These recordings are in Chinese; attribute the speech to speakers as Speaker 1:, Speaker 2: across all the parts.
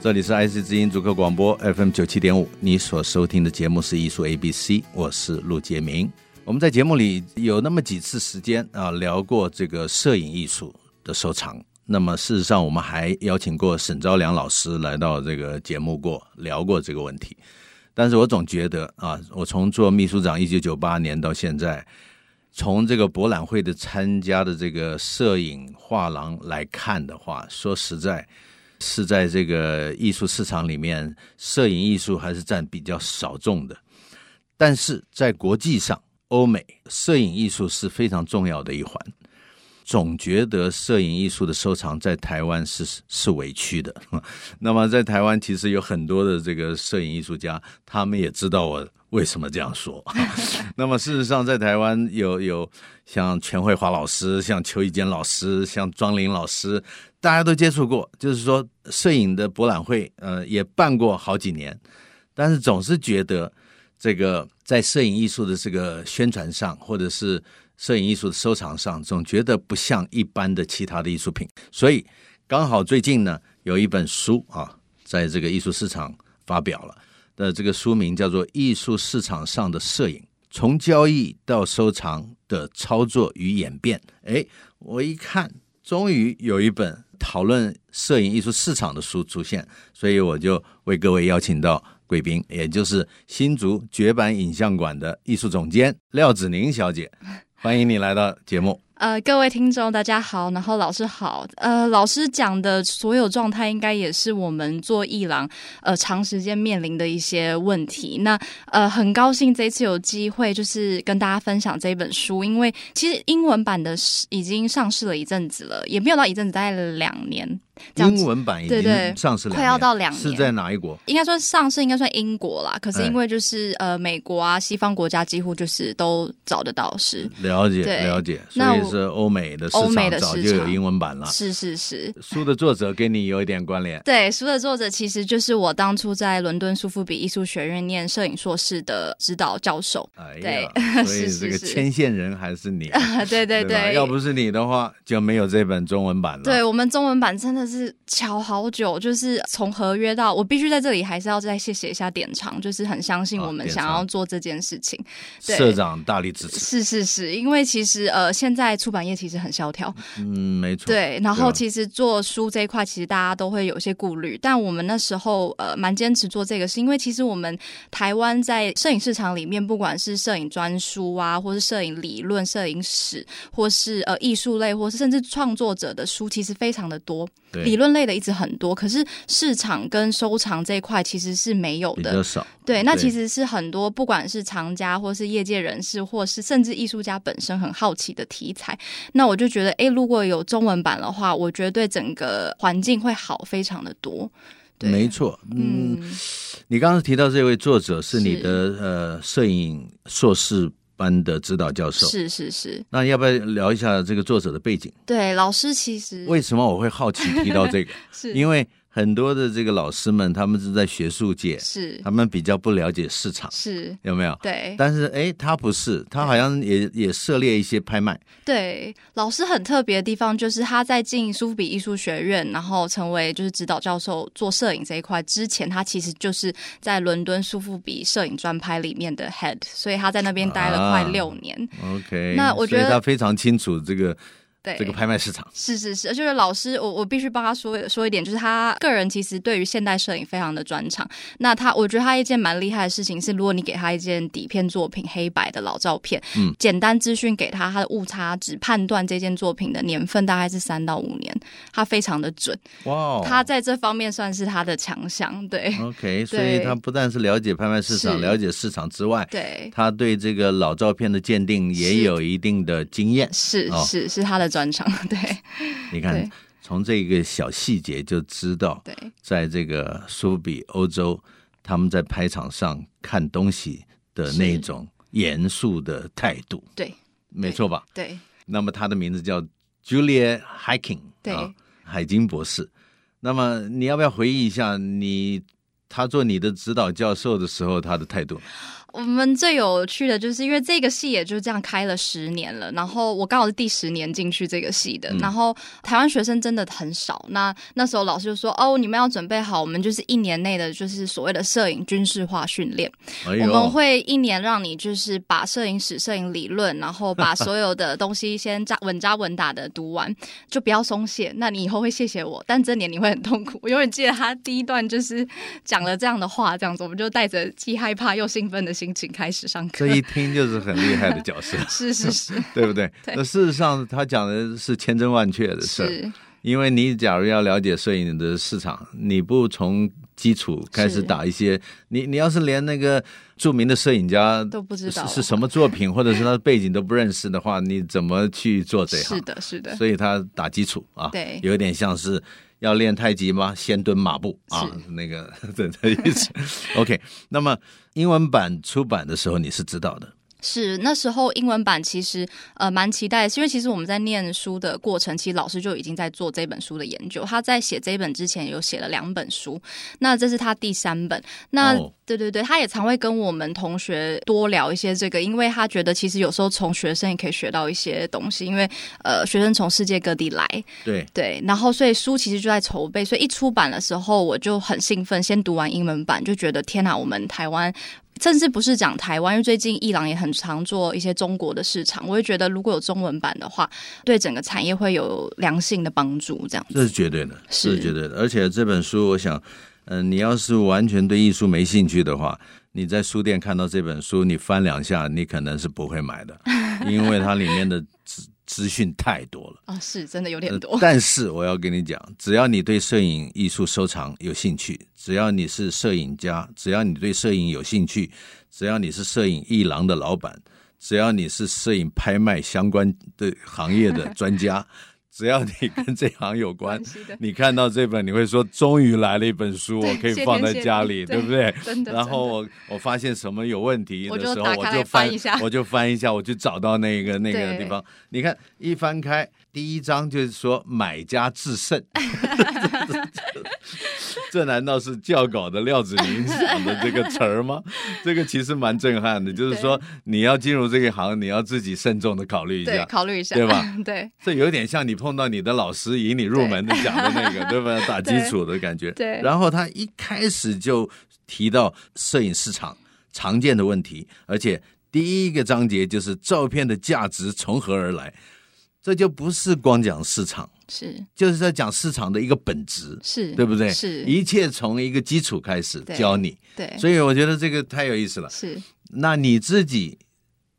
Speaker 1: 这里是 IC 之音主客广播 FM 九七点五，你所收听的节目是艺术 ABC，我是陆杰明。我们在节目里有那么几次时间啊，聊过这个摄影艺术的收藏。那么事实上，我们还邀请过沈昭良老师来到这个节目过，聊过这个问题。但是我总觉得啊，我从做秘书长一九九八年到现在，从这个博览会的参加的这个摄影画廊来看的话，说实在。是在这个艺术市场里面，摄影艺术还是占比较少众的。但是在国际上，欧美摄影艺术是非常重要的一环。总觉得摄影艺术的收藏在台湾是是委屈的。 那么在台湾，其实有很多的这个摄影艺术家，他们也知道我为什么这样说。 那么事实上，在台湾有有像全慧华老师、像邱义坚老师、像庄林老师。大家都接触过，就是说摄影的博览会，呃，也办过好几年，但是总是觉得这个在摄影艺术的这个宣传上，或者是摄影艺术的收藏上，总觉得不像一般的其他的艺术品。所以刚好最近呢，有一本书啊，在这个艺术市场发表了，那这个书名叫做《艺术市场上的摄影：从交易到收藏的操作与演变》。哎，我一看。终于有一本讨论摄影艺术市场的书出现，所以我就为各位邀请到贵宾，也就是新竹绝版影像馆的艺术总监廖子宁小姐，欢迎你来到节 目。
Speaker 2: 呃，各位听众大家好，然后老师好，呃，老师讲的所有状态，应该也是我们做艺廊呃长时间面临的一些问题。那呃，很高兴这次有机会就是跟大家分享这本书，因为其实英文版的是已经上市了一阵子了，也没有到一阵子，大概两年。这样子
Speaker 1: 英文版已
Speaker 2: 对对
Speaker 1: 经上市两年
Speaker 2: 快要到两年
Speaker 1: 是在哪一国？
Speaker 2: 应该说上市应该算英国啦，可是因为就是、呃美国啊西方国家几乎就是都找得到是
Speaker 1: 了解
Speaker 2: 对
Speaker 1: 了解，所
Speaker 2: 那我
Speaker 1: 以是欧美的市
Speaker 2: 欧美
Speaker 1: 场
Speaker 2: 的市
Speaker 1: 早
Speaker 2: 场
Speaker 1: 就有英文版了。
Speaker 2: 是是是，
Speaker 1: 书的作者跟你有一点关联，
Speaker 2: 对，书的作者其实就是我当初在伦敦苏富比艺术学院念摄影硕士的指导教授。
Speaker 1: 哎呀，
Speaker 2: 对
Speaker 1: 所以
Speaker 2: 是是
Speaker 1: 这个
Speaker 2: 是
Speaker 1: 牵线人还是你，
Speaker 2: 对 对
Speaker 1: 吧
Speaker 2: 对，
Speaker 1: 要不是你的话，就没有这本中文版了。
Speaker 2: 对我们中文版真的是瞧好久，就是从合约到我必须在这里还是要再谢谢一下典藏，就是很相信
Speaker 1: 啊
Speaker 2: 我们
Speaker 1: 典
Speaker 2: 想
Speaker 1: 藏
Speaker 2: 要做这件事情。对
Speaker 1: 社长大力支持。
Speaker 2: 是是是，因为其实呃现在出版业其实很萧条，
Speaker 1: 嗯，没错。
Speaker 2: 对，然
Speaker 1: 对
Speaker 2: 后
Speaker 1: 啊
Speaker 2: 其实做书这一块，其实大家都会有一些顾虑，但我们那时候呃蛮坚持做这个，是因为其实我们台湾在摄影市场里面，不管是摄影专书啊，或是摄影理论、摄影史，或是呃艺术类，或是甚至创作者的书，其实非常的多，
Speaker 1: 对
Speaker 2: 理论类的一直很多，可是市场跟收藏这一块其实是没有
Speaker 1: 比
Speaker 2: 的，
Speaker 1: 较少。
Speaker 2: 对，那
Speaker 1: 对
Speaker 2: 其实是很多不管是藏家或是业界人士，或是甚至艺术家本身很好奇的题材。那我就觉得，诶，如果有中文版的话，我觉得对整个环境会好非常的多。对，
Speaker 1: 没错，嗯，
Speaker 2: 嗯，
Speaker 1: 你刚刚提到这位作者是你
Speaker 2: 是
Speaker 1: 的呃摄影硕士班的指导教授，
Speaker 2: 是是是，
Speaker 1: 那要不要聊一下这个作者的背景？
Speaker 2: 对，老师其实
Speaker 1: 为什么我会好奇提到这个？
Speaker 2: 是
Speaker 1: 因为很多的这个老师们，他们是在学术界，
Speaker 2: 是
Speaker 1: 他们比较不了解市场，
Speaker 2: 是，
Speaker 1: 有没有？
Speaker 2: 对
Speaker 1: 但是哎，他不是，他好像也也涉猎一些拍卖，
Speaker 2: 对，老师很特别的地方就是他在进苏富比艺术学院，然后成为就是指导教授做摄影这一块之前，他其实就是在伦敦苏富比摄影专拍里面的 head，所以他在那边待了快
Speaker 1: 啊
Speaker 2: 六年。
Speaker 1: OK，
Speaker 2: 那我觉
Speaker 1: 所以
Speaker 2: 得
Speaker 1: 他非常清楚这个
Speaker 2: 对，
Speaker 1: 这个拍卖市场。
Speaker 2: 是是是，就是老师，我我必须帮他说说一点，就是他个人其实对于现代摄影非常的专长。那他，我觉得他一件蛮厉害的事情是，如果你给他一件底片作品，黑白的老照片，
Speaker 1: 嗯，
Speaker 2: 简单资讯给他，他的误差值判断这件作品的年份大概是三到五年，他非常的准，
Speaker 1: 哇哦，嗯
Speaker 2: 他在这方面算是他的强项，对、
Speaker 1: OK，所以他不但是了解拍卖市场、
Speaker 2: 是
Speaker 1: 了解市场之外，
Speaker 2: 对，
Speaker 1: 他对这个老照片的鉴定也
Speaker 2: 是
Speaker 1: 有一定的经验。
Speaker 2: 是
Speaker 1: 哦
Speaker 2: 是是他的专长， 对
Speaker 1: 你看
Speaker 2: 对，
Speaker 1: 从这个小细节就知道，
Speaker 2: 对
Speaker 1: 在这个苏比欧洲，他们在排场上看东西的那
Speaker 2: 是
Speaker 1: 种严肃的态度，
Speaker 2: 对
Speaker 1: 没错吧？
Speaker 2: 对
Speaker 1: 那么他的名字叫 Julia Hiking，
Speaker 2: 对
Speaker 1: 啊，海金博士。那么你要不要回忆一下你他做你的指导教授的时候他的态度？
Speaker 2: 我们最有趣的就是，因为这个戏也就这样开了十年了，然后我刚好是第十年进去这个戏的，然后台湾学生真的很少。那那时候老师就说：“哦，你们要准备好，我们就是一年内的，就是所谓的摄影军事化训练。”
Speaker 1: 哎
Speaker 2: 我们
Speaker 1: 呦，
Speaker 2: 会一年让你就是把摄影史、摄影理论，然后把所有的东西先扎稳扎稳打的读完，就不要松懈。那你以后会谢谢我，但这年你会很痛苦。我永远记得他第一段就是讲了这样的话，这样子我们就带着既害怕又兴奋的心情开始上课
Speaker 1: 这。一听就是很厉害的角 色，
Speaker 2: 是是是
Speaker 1: 对不对？
Speaker 2: 对
Speaker 1: 那事实上他讲的是千真万确的事儿。
Speaker 2: 是，
Speaker 1: 因为你假如要了解摄影的市场，你不从基础开始
Speaker 2: 是
Speaker 1: 打一些，你你要是连那个著名的摄影家
Speaker 2: 都不知道
Speaker 1: 是是什么作品，或者是他的背景都不认识的话，你怎么去做这行？
Speaker 2: 是的，是的，
Speaker 1: 所以他打基础啊，
Speaker 2: 对
Speaker 1: 有点像是要练太极吗？先蹲马步啊，那个 这这意 思。OK，那么英文版出版的时候你是知道的，
Speaker 2: 是那时候英文版其实呃蛮期待的，因为其实我们在念书的过程，其实老师就已经在做这本书的研究。他在写这本之前有写了两本书，那这是他第三本。那、
Speaker 1: 哦
Speaker 2: 对对对，他也常会跟我们同学多聊一些这个，因为他觉得其实有时候从学生也可以学到一些东西，因为呃学生从世界各地来，
Speaker 1: 对，
Speaker 2: 对，然后所以书其实就在筹备，所以一出版的时候我就很兴奋，先读完英文版就觉得天哪，我们台湾。甚至不是讲台湾，因为最近伊朗也很常做一些中国的市场，我会觉得如果有中文版的话，对整个产业会有良性的帮助。这样
Speaker 1: 这
Speaker 2: 子
Speaker 1: 是绝对的，
Speaker 2: 是
Speaker 1: 这绝对的。而且这本书，我想，嗯、你要是完全对艺术没兴趣的话，你在书店看到这本书，你翻两下，你可能是不会买 的，因为它里面的资资讯太多了。
Speaker 2: 啊、是真的有点
Speaker 1: 呃
Speaker 2: 多，
Speaker 1: 但是我要跟你讲，只要你对摄影艺术收藏有兴趣，只要你是摄影家，只要你对摄影有兴趣，只要你是摄影艺廊的老板，只要你是摄影拍卖相关的行业的专 家，只要你跟这行有关，
Speaker 2: 是的，
Speaker 1: 你看到这本，你会说终于来了一本书，我可以放在家里，
Speaker 2: 谢
Speaker 1: 对
Speaker 2: 天
Speaker 1: 不
Speaker 2: 谢地
Speaker 1: 对？
Speaker 2: 真的。
Speaker 1: 然后
Speaker 2: 真的
Speaker 1: 我我发现什么有问题的
Speaker 2: 我就
Speaker 1: 时候，
Speaker 2: 打
Speaker 1: 我
Speaker 2: 开
Speaker 1: 就
Speaker 2: 来
Speaker 1: 翻
Speaker 2: 翻一下
Speaker 1: 我就翻一下，我就找到那个那个地方。你看，一翻开第一章就是说买家制 胜，这难道是教稿的廖子宁讲的这个词儿吗？这个其实蛮震撼的，就是说你要进入这个行，你要自己慎重的考虑一
Speaker 2: 对
Speaker 1: 下，
Speaker 2: 考虑一下，
Speaker 1: 对吧？
Speaker 2: 对
Speaker 1: 这有点像你碰到你的老师引你入门的讲的那个，对吧？打基础的感觉。
Speaker 2: 对
Speaker 1: 然后他一开始就提到摄影市场常见的问题，而且第一个章节就是照片的价值从何而来，这就不是光讲市场，
Speaker 2: 是
Speaker 1: 就是在讲市场的一个本质，
Speaker 2: 是，
Speaker 1: 对不对？
Speaker 2: 是，
Speaker 1: 一切从一个基础开始
Speaker 2: 对
Speaker 1: 教你。
Speaker 2: 对，
Speaker 1: 所以我觉得这个太有意思了。
Speaker 2: 是
Speaker 1: 那你自己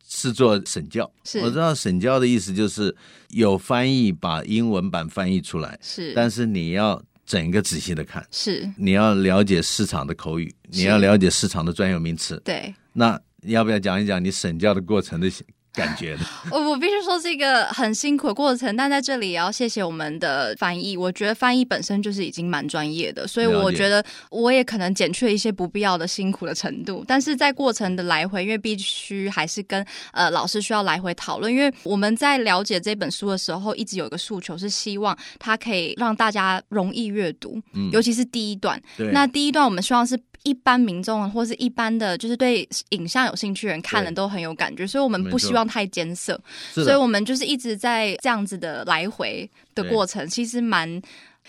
Speaker 1: 是做审教？
Speaker 2: 是
Speaker 1: 我知道审教的意思就是有翻译把英文版翻译出来，
Speaker 2: 是，
Speaker 1: 但是你要整个仔细的看，
Speaker 2: 是
Speaker 1: 你要了解市场的口语，
Speaker 2: 是
Speaker 1: 你要了解市场的专有名词。
Speaker 2: 对。
Speaker 1: 那要不要讲一讲你审教的过程的感觉呢？
Speaker 2: 我我必须说，这个很辛苦的过程，但在这里也要谢谢我们的翻译。我觉得翻译本身就是已经蛮专业的，所以
Speaker 1: 了
Speaker 2: 我
Speaker 1: 解
Speaker 2: 觉得我也可能减去了一些不必要的辛苦的程度。但是在过程的来回，因为必须还是跟呃老师需要来回讨论，因为我们在了解这本书的时候，一直有一个诉求是希望它可以让大家容易阅读，尤其是第一段，
Speaker 1: 嗯对，
Speaker 2: 那第一段我们希望是一般民众或是一般的，就是对影像有兴趣的人看了
Speaker 1: 对
Speaker 2: 都很有感觉，所以我们
Speaker 1: 没
Speaker 2: 不
Speaker 1: 错
Speaker 2: 希望太艰涩，
Speaker 1: 是
Speaker 2: 所以
Speaker 1: 的，
Speaker 2: 我们就是一直在这样子的来回的
Speaker 1: 对
Speaker 2: 过程，其实蛮。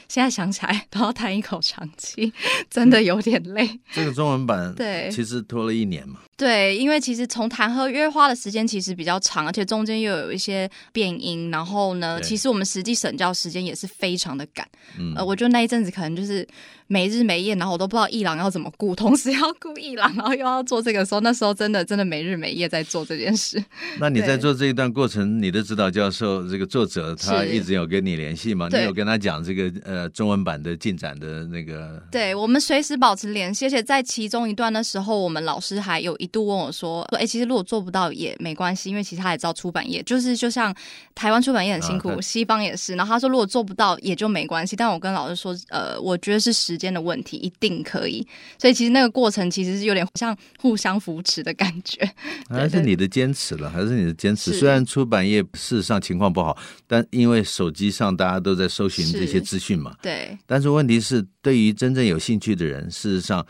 Speaker 2: 现在想起来都要叹一口长气，真的有点 累。
Speaker 1: 这个中文版
Speaker 2: 对
Speaker 1: 其实拖了一年嘛，
Speaker 2: 对，因为其实从弹劾约花的时间其实比较长，而且中间又有一些变音，然后呢，
Speaker 1: 对
Speaker 2: 其实我们实际审教时间也是非常的赶。
Speaker 1: 嗯，
Speaker 2: 呃，我就那一阵子可能就是没日没夜，然后我都不知道伊朗要怎么顾，同时要顾伊朗，然后又要做这个时候，那时候真的真的没日没夜在做这件事。
Speaker 1: 那你在
Speaker 2: 对
Speaker 1: 做这一段过程，你的指导教授这个作者他
Speaker 2: 是
Speaker 1: 一直有跟你联系吗？你
Speaker 2: 对
Speaker 1: 有跟他讲这个呃中文版的进展的那个啊
Speaker 2: 对我们随时保持联系，而且在其中一段的时候，我们老师还有一度问我说：“说哎，其实如果做不到也没关系，因为其实他也知道出版业就是就像台湾出版业很辛苦，
Speaker 1: 啊他
Speaker 2: 西方也是。”然后他说：“如果做不到也就没关系。”但我跟老师说：“呃，我觉得是时间的问题，一定可以。”所以其实那个过程其实是有点像互相扶持的感觉。
Speaker 1: 还是你的坚持了，还是你的坚持。
Speaker 2: 是
Speaker 1: 虽然出版业事实上情况不好，但因为手机上大家都在搜寻
Speaker 2: 是
Speaker 1: 这些资讯嘛，
Speaker 2: 对，
Speaker 1: 但是问题是，对于真正有兴趣的人，事实上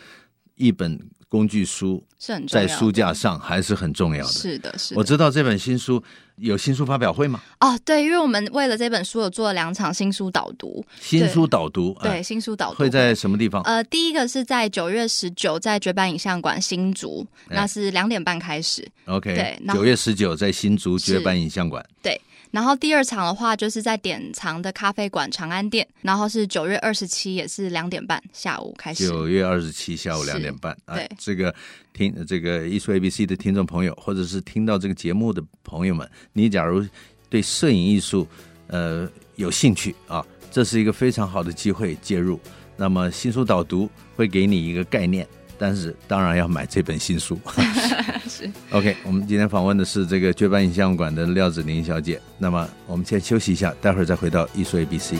Speaker 1: 一本工具书
Speaker 2: 是很重
Speaker 1: 在
Speaker 2: 要的。
Speaker 1: 书架上还是很重要的。
Speaker 2: 是的，是的。
Speaker 1: 我知道这本新书有新书发表会嘛，
Speaker 2: 哦，对，因为我们为了这本书有做了两场新书导读，
Speaker 1: 新书导读，
Speaker 2: 对，
Speaker 1: 哎
Speaker 2: 新书导读
Speaker 1: 会在什么地方？
Speaker 2: 呃，第一个是在九月十九，在绝版影像馆新竹，
Speaker 1: 哎
Speaker 2: 那是两点半开始。
Speaker 1: OK，
Speaker 2: 对然后
Speaker 1: 九月十九在新竹
Speaker 2: 是
Speaker 1: 绝版影像馆。
Speaker 2: 然后第二场的话，就是在典藏的咖啡馆长安店，然后是九月二十七，也是两点半下午开始。
Speaker 1: 九月二十七下午两点半啊
Speaker 2: 对，
Speaker 1: 这个听这个艺术 ABC 的听众朋友，或者是听到这个节目的朋友们，你假如对摄影艺术呃有兴趣啊，这是一个非常好的机会介入。那么新书导读会给你一个概念，但是当然要买这本新书。
Speaker 2: 是
Speaker 1: OK，我们今天访问的是这个绝版影像馆的廖子玲小姐。那么我们先休息一下，待会儿再回到艺术 ABC。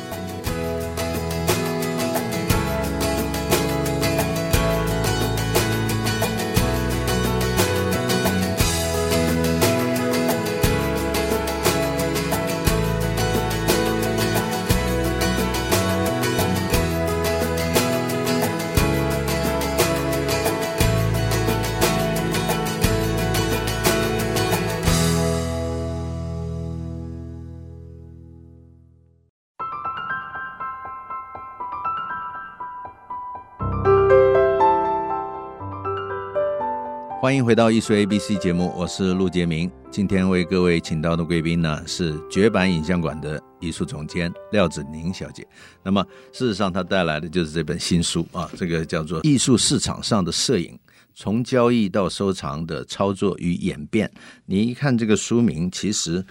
Speaker 1: 欢迎回到艺术 ABC 节目，我是陆杰明。今天为各位请到的贵宾呢是绝版影像馆的艺术总监廖子宁小姐。那么事实上，她带来的就是这本新书啊，这个叫做《艺术市场上的摄影：从交易到收藏的操作与演变》。你一看这个书名，其实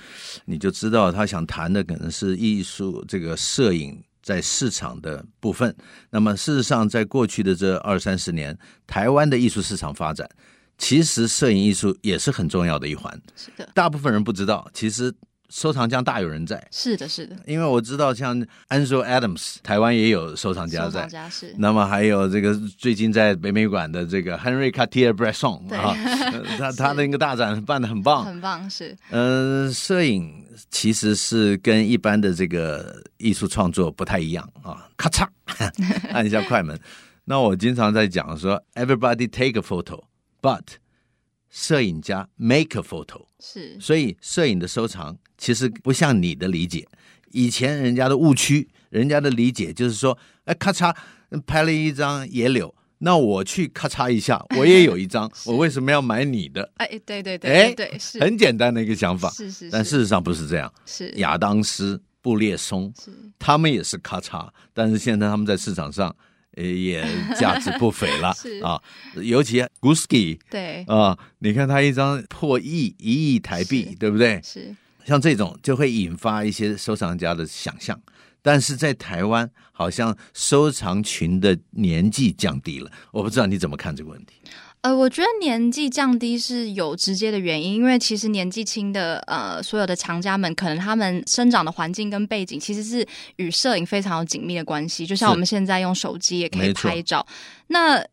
Speaker 1: 你就知道他想谈的可能是艺术这个摄影。在市场的部分，那么事实上，在过去的这二三十年，台湾的艺术市场发展，其实摄影艺术也是很重要的一环。
Speaker 2: 是的，
Speaker 1: 大部分人不知道，其实收藏家大有人在。
Speaker 2: 是的，是的，
Speaker 1: 因为我知道，像 Ansel Adams，台湾也有收藏家
Speaker 2: 收
Speaker 1: 在
Speaker 2: 藏。家是
Speaker 1: 那么还有这个最近在北美馆的这个 Henry Cartier-Bresson
Speaker 2: 对
Speaker 1: 啊，呃他他的一个大展办的很棒。
Speaker 2: 很棒，是
Speaker 1: 嗯、摄影其实是跟一般的这个艺术创作不太一样啊，咔嚓 按一下快门。那我经常在讲说，everybody take a photo，but 摄影家 make a photo。
Speaker 2: 是
Speaker 1: 所以摄影的收藏其实不像你的理解，以前人家的误区，人家的理解就是说，哎，咔嚓拍了一张野柳，那我去咔嚓一下，我也有一张，我为什么要买你的？
Speaker 2: 哎，对对
Speaker 1: 哎
Speaker 2: 对对对，是
Speaker 1: 很简单的一个想法，
Speaker 2: 是是，
Speaker 1: 但事实上不是这样。
Speaker 2: 是
Speaker 1: 亚当斯、布列松，
Speaker 2: 是
Speaker 1: 他们也是咔嚓，但是现在他们在市场上，呃，也价值不菲了
Speaker 2: 是
Speaker 1: 啊。尤其 Guski
Speaker 2: 对
Speaker 1: 啊，你看他一张破亿，一亿台币
Speaker 2: 是，
Speaker 1: 对不对？
Speaker 2: 是
Speaker 1: 像这种就会引发一些收藏家的想象，但是在台湾好像收藏群的年纪降低了，我不知道你怎么看这个问题。
Speaker 2: 呃，我觉得年纪降低是有直接的原因，因为其实年纪轻的呃，所有的藏家们，可能他们生长的环境跟背景其实是与摄影非常有紧密的关系。就像
Speaker 1: 是
Speaker 2: 我们现在用手机也可
Speaker 1: 没
Speaker 2: 以
Speaker 1: 错
Speaker 2: 拍照，那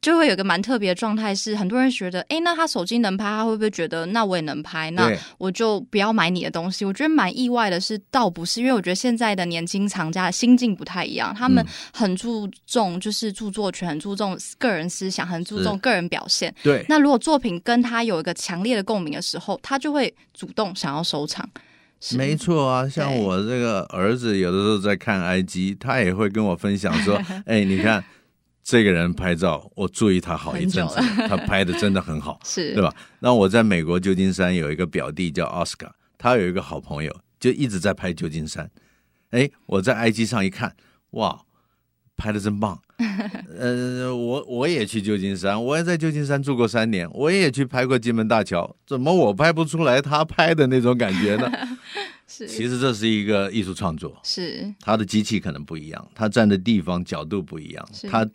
Speaker 2: 就会有个蛮特别的状态是，很多人觉得，诶，那他手机能拍，他会不会觉得那我也能拍？那
Speaker 1: 对
Speaker 2: 我就不要买你的东西。我觉得蛮意外的是，倒不是，因为我觉得现在的年轻藏家的心境不太一样，他们
Speaker 1: 嗯
Speaker 2: 很注重就是著作权，很注重个人思想，很注
Speaker 1: 是
Speaker 2: 重个人表现。
Speaker 1: 对，
Speaker 2: 那如果作品跟他有一个强烈的共鸣的时候，他就会主动想要收藏。是
Speaker 1: 没错啊，像
Speaker 2: 对
Speaker 1: 我这个儿子有的时候在看 IG，他也会跟我分享说：“ 哎，你看这个人拍照，我注意他好一阵子了，他拍的真的很好，
Speaker 2: 是，
Speaker 1: 对吧？”那我在美国旧金山有一个表弟叫奥斯卡，他有一个好朋友就一直在拍旧金山。哎，我在 IG 上一看，哇，拍的真 棒。呃，我我也去旧金山，我也在旧金山住过三年，我也去拍过金门大桥，怎么我拍不出来他拍的那种感觉呢？
Speaker 2: 是
Speaker 1: 其实这是一个艺术创作，
Speaker 2: 是
Speaker 1: 它的机器可能不一样，它站的地方角度不一样
Speaker 2: 是，
Speaker 1: 它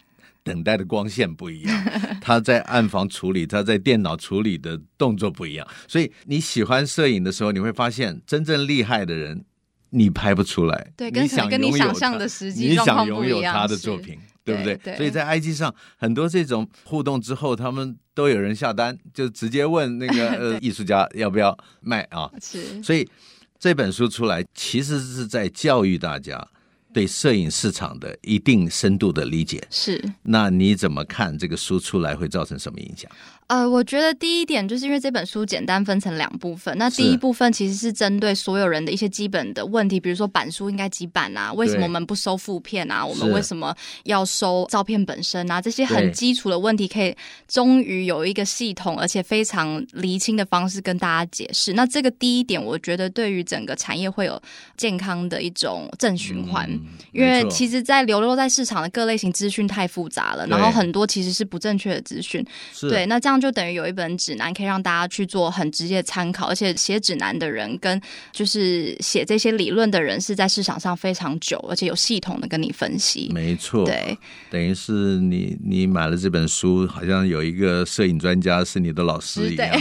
Speaker 1: 等待的光线不一样， 他在暗房处理，他在电脑处理的动作不一样，所以你喜欢摄影的时候，你会发现真正厉害的人，你拍不出来。
Speaker 2: 对跟
Speaker 1: 你
Speaker 2: 可能
Speaker 1: 想
Speaker 2: 跟你
Speaker 1: 拥有
Speaker 2: 想象
Speaker 1: 他
Speaker 2: 的实际
Speaker 1: 你
Speaker 2: 状
Speaker 1: 想
Speaker 2: 况
Speaker 1: 拥
Speaker 2: 不一
Speaker 1: 有
Speaker 2: 样
Speaker 1: 他的
Speaker 2: 是
Speaker 1: 作品，对不对？
Speaker 2: 对对
Speaker 1: 所以在 IG 上很多这种互动之后，他们都有人下单，就直接问那 个呃艺术家要不要卖啊。
Speaker 2: 是
Speaker 1: 所以这本书出来，其实是在教育大家对摄影市场的一定深度的理解。
Speaker 2: 是，
Speaker 1: 那你怎么看这个书出来会造成什么影响？
Speaker 2: 呃，我觉得第一点就是因为这本书简单分成两部分，那
Speaker 1: 是
Speaker 2: 第一部分其实是针对所有人的一些基本的问题，比如说版书应该几版啊，为什么我们不收副片啊，我们
Speaker 1: 是
Speaker 2: 为什么要收照片本身啊，这些
Speaker 1: 对
Speaker 2: 很基础的问题，可以终于有一个系统而且非常厘清的方式跟大家解释。那这个第一点，我觉得对于整个产业会有健康的一种正循环。
Speaker 1: 嗯
Speaker 2: 因为
Speaker 1: 没错
Speaker 2: 其实，在流落在市场的各类型资讯太复杂了，然后
Speaker 1: 对
Speaker 2: 很多其实是不正确的资讯，
Speaker 1: 是
Speaker 2: 对，那这样就等于有一本指南可以让大家去做很直接的参考，而且写指南的人跟就是写这些理论的人是在市场上非常久，而且有系统的跟你分析。
Speaker 1: 没错，
Speaker 2: 对，
Speaker 1: 等于是你你买了这本书，好像有一个摄影专家是你的老师一样。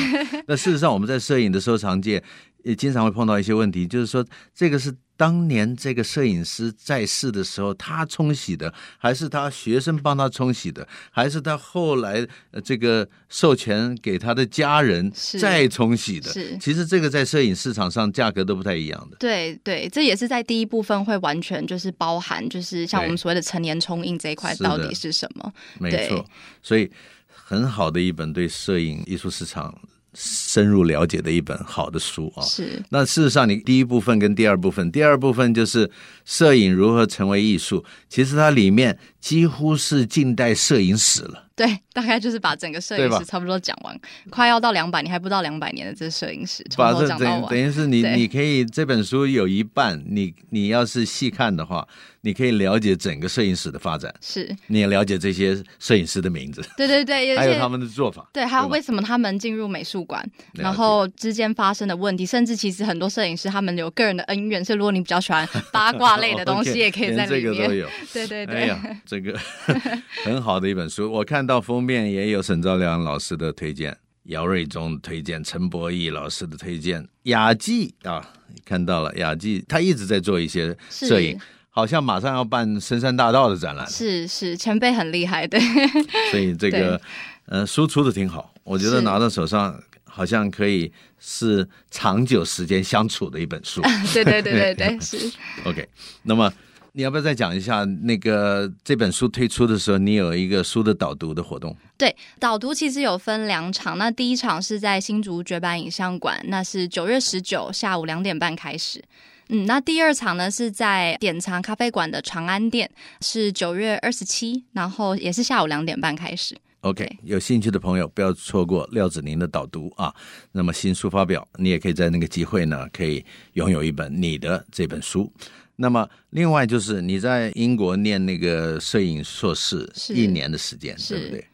Speaker 1: 那事实上，我们在摄影的收藏界也经常会碰到一些问题，就是说这个是。当年这个摄影师在世的时候，他冲洗的，还是他学生帮他冲洗的，还是他后来呃这个授权给他的家人
Speaker 2: 是
Speaker 1: 再冲洗的？
Speaker 2: 是
Speaker 1: 其实这个在摄影市场上价格都不太一样的。
Speaker 2: 对对，这也是在第一部分会完全就是包含，就是像我们
Speaker 1: 对
Speaker 2: 所谓的成年冲印这一块
Speaker 1: 是的
Speaker 2: 到底是什么？
Speaker 1: 没
Speaker 2: 对
Speaker 1: 错，所以很好的一本对摄影艺术市场深入了解的一本好的书啊。
Speaker 2: 是
Speaker 1: 那事实上，你第一部分跟第二部分，第二部分就是摄影如何成为艺术，其实它里面几乎是近代摄影史了。
Speaker 2: 对，大概就是把整个摄
Speaker 1: 对
Speaker 2: 影
Speaker 1: 吧
Speaker 2: 史差不多讲完，快要到两百，你还不到两百年的这摄影史，从
Speaker 1: 把
Speaker 2: 头
Speaker 1: 这
Speaker 2: 讲到
Speaker 1: 等等
Speaker 2: 完。
Speaker 1: 于是你，
Speaker 2: 对
Speaker 1: 你可以这本书有一半，你你要是细看的话，你可以了解整个摄影史的发展，
Speaker 2: 是
Speaker 1: 你也了解这些摄影师的名字，
Speaker 2: 对对对，
Speaker 1: 还有
Speaker 2: 而且
Speaker 1: 他们的做法。
Speaker 2: 对，还有
Speaker 1: 对吧
Speaker 2: 为什么他们进入美术馆，
Speaker 1: 解
Speaker 2: 然后之间发生的问题，甚至其实很多摄影师他们有个人的恩怨，所以如果你比较 喜欢八卦类的东西，
Speaker 1: 哦 OK，
Speaker 2: 也可以在
Speaker 1: 连这
Speaker 2: 里
Speaker 1: 个都
Speaker 2: 面。
Speaker 1: 有。
Speaker 2: 对对
Speaker 1: 哎
Speaker 2: 对，
Speaker 1: 呀，这个 很好的一本书，我看到封面也有沈兆良老师的推荐，姚瑞忠的推荐，陈博义老师的推荐，雅纪啊，看到了雅纪，他一直在做一些
Speaker 2: 是
Speaker 1: 摄影，好像马上要办深山大道的展览 了，
Speaker 2: 是是，前辈很厉害，对
Speaker 1: 所以这个呃书出的挺好，我觉得
Speaker 2: 是
Speaker 1: 拿到手上好像可以是长久时间相处的一本 书。
Speaker 2: 对对对对对，是
Speaker 1: OK，那么你要不要再讲一下那个这本书推出的时候，你有一个书的导读的活动？
Speaker 2: 对。导读其实有分两场，那第一场是在新竹绝版影像馆，那是九月十九下午两点半开始。嗯，那第二场呢是在典藏咖啡馆的长安店，是九月二十七，然后也是下午两点半开始。
Speaker 1: OK，
Speaker 2: 对
Speaker 1: 有兴趣的朋友不要错过廖子宁的导读啊。那么新书发表，你也可以在那个机会呢，可以拥有一本你的这本书。那么另外就是你在英国念那个摄影硕士
Speaker 2: 是
Speaker 1: 一年的时间，
Speaker 2: 是
Speaker 1: 对不对？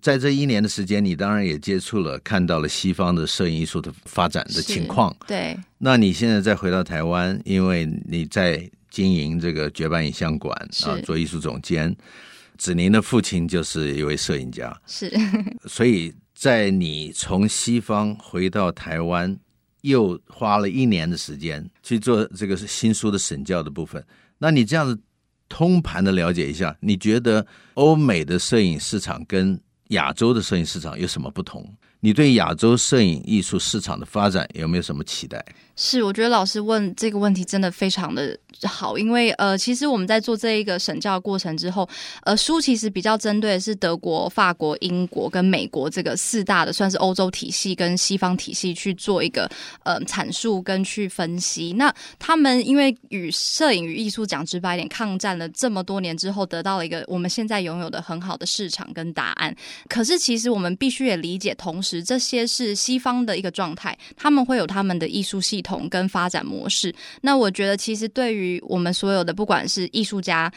Speaker 1: 在这一年的时间，你当然也接触了、看到了西方的摄影艺术的发展的
Speaker 2: 是
Speaker 1: 情况。
Speaker 2: 对，
Speaker 1: 那你现在再回到台湾，因为你在经营这个绝版影像馆
Speaker 2: 是
Speaker 1: 啊，做艺术总监。子宁的父亲就是一位摄影家，
Speaker 2: 是。
Speaker 1: 所以在你从西方回到台湾，又花了一年的时间去做这个新书的审教的部分。那你这样子通盘的了解一下，你觉得欧美的摄影市场跟亚洲的摄影市场有什么不同？你对亚洲摄影艺术市场的发展有没有什么期待？
Speaker 2: 是，我觉得老师问这个问题真的非常的好，因为呃，其实我们在做这一个审教的过程之后，呃，书其实比较针对的是德国、法国、英国跟美国这个四大的算是欧洲体系跟西方体系去做一个呃阐述跟去分析。那他们因为与摄影与艺术讲直白一点，抗战了这么多年之后，得到了一个我们现在拥有的很好的市场跟答案。可是其实我们必须也理解，同时这些是西方的一个状态，他们会有他们的艺术系统跟发展模式。那我觉得其实对于于我们所有的，不管是艺术家、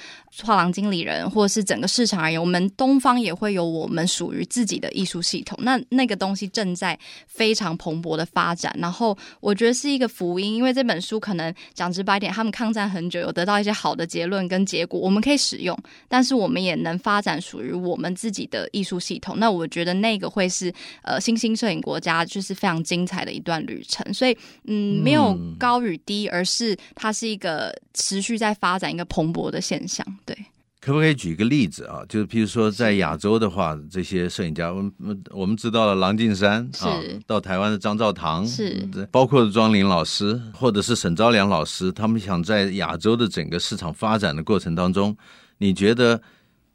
Speaker 2: 画廊经理人，或者是整个市场而言，我们东方也会有我们属于自己的艺术系统。那那个东西正在非常蓬勃的发展，然后我觉得是一个福音，因为这本书可能讲直白一点，他们抗战很久，有得到一些好的结论跟结果，我们可以使用，但是我们也能发展属于我们自己的艺术系统。那我觉得那个会是呃新兴摄影国家就是非常精彩的一段旅程。所以嗯，没有
Speaker 1: 嗯
Speaker 2: 高与低，而是它是一个持续在发展一个蓬勃的现象。对，
Speaker 1: 可不可以举个例子啊？就是譬如说，在亚洲的话，这些摄影家，我们我们我们知道了郎静山啊
Speaker 2: 是，
Speaker 1: 到台湾的张兆堂
Speaker 2: 是
Speaker 1: 嗯包括庄林老师或者是沈昭良老师，他们想在亚洲的整个市场发展的过程当中，你觉得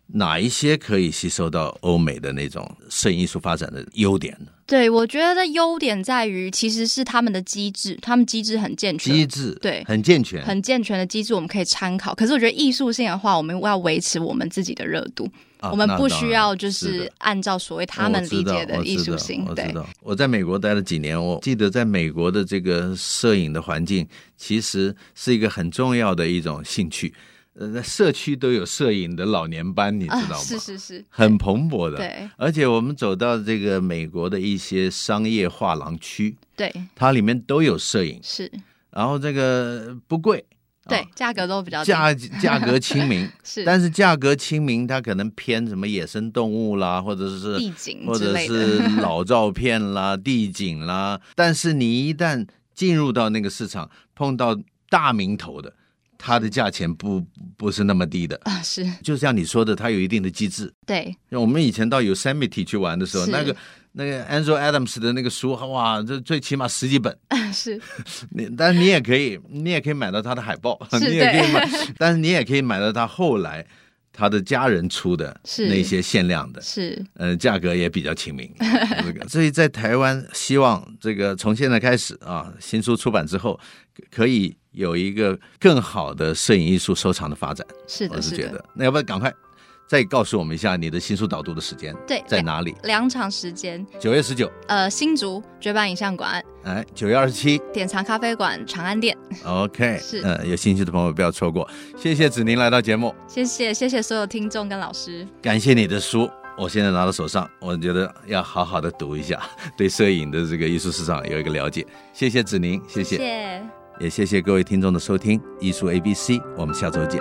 Speaker 1: 哪一些可以吸收到欧美的那种摄影艺术发展的优点呢？
Speaker 2: 对我觉得优点在于其实是他们的机制，他们机制很健全，
Speaker 1: 机制
Speaker 2: 对
Speaker 1: 很健全，
Speaker 2: 很健全的机制，我们可以参考。可是我觉得艺术性的话，我们要维持我们自己的热度，
Speaker 1: 啊
Speaker 2: 我们
Speaker 1: 那
Speaker 2: 不
Speaker 1: 当
Speaker 2: 需
Speaker 1: 然
Speaker 2: 要就是
Speaker 1: 的
Speaker 2: 是按照所谓他
Speaker 1: 哦我
Speaker 2: 们
Speaker 1: 知
Speaker 2: 理
Speaker 1: 道
Speaker 2: 解的
Speaker 1: 我
Speaker 2: 艺
Speaker 1: 知
Speaker 2: 术
Speaker 1: 道
Speaker 2: 性。
Speaker 1: 我知
Speaker 2: 对，
Speaker 1: 道，我在美国待了几年，我记得在美国的这个摄影的环境，其实是一个很重要的一种兴趣。呃，在社区都有摄影的老年班，你知
Speaker 2: 啊
Speaker 1: 道吗？，
Speaker 2: 是是是，
Speaker 1: 很蓬勃的。。
Speaker 2: 对
Speaker 1: 而且我们走到这个美国的一些商业画廊区，
Speaker 2: 对
Speaker 1: 它里面都有摄影，
Speaker 2: 是，
Speaker 1: 然后这个不贵，啊
Speaker 2: 对价格都比较低
Speaker 1: 价价格亲民，
Speaker 2: 是，
Speaker 1: 但是价格亲民，它可能偏什么野生动物啦，或者是
Speaker 2: 地景
Speaker 1: 或
Speaker 2: 之
Speaker 1: 者
Speaker 2: 类的
Speaker 1: 是老照片啦、地景啦。但是你一旦进入到那个市场，碰到大名头的，它的价钱不不是那么低的。
Speaker 2: 啊是
Speaker 1: 就像你说的，它有一定的机制。
Speaker 2: 对
Speaker 1: 像我们以前到 Yosemite 去玩的时候，
Speaker 2: 是
Speaker 1: 那个那个 Ansel Adams 的那个书，哇，这最起码十几本。
Speaker 2: 啊是
Speaker 1: 你但你也可以，你也可以买到他的海报，
Speaker 2: 是
Speaker 1: 你也可以
Speaker 2: 对
Speaker 1: 买，但是你也可以买到他后来他的家人出的
Speaker 2: 是
Speaker 1: 那些限量的，
Speaker 2: 是
Speaker 1: 呃，价格也比较亲民。 这个所以在台湾，希望这个从现在开始啊，新书出版之后，可以有一个更好的摄影艺术收藏的发展。
Speaker 2: 是的
Speaker 1: 我是
Speaker 2: 是
Speaker 1: 觉
Speaker 2: 的，
Speaker 1: 得，那要不要赶快再告诉我们一下你的新书导读的时间
Speaker 2: 对
Speaker 1: 在
Speaker 2: 两
Speaker 1: 哪里？
Speaker 2: 两场时间，
Speaker 1: 九月十九，
Speaker 2: 呃，新竹绝版影像馆、
Speaker 1: 哎，九月二十 七。
Speaker 2: 典藏咖啡馆、长安店，
Speaker 1: OK，
Speaker 2: 是
Speaker 1: 呃，有兴趣的朋友不要错过。谢谢子宁来到节目，
Speaker 2: 谢谢谢谢所有听众跟老师，
Speaker 1: 感谢你的书，我现在拿到手上，我觉得要好好的读一下， 对摄影的这个艺术市场有一个了解。谢谢子宁，谢谢，
Speaker 2: 谢。
Speaker 1: 也谢谢各位听众的收听，艺术 ABC，我们下周见。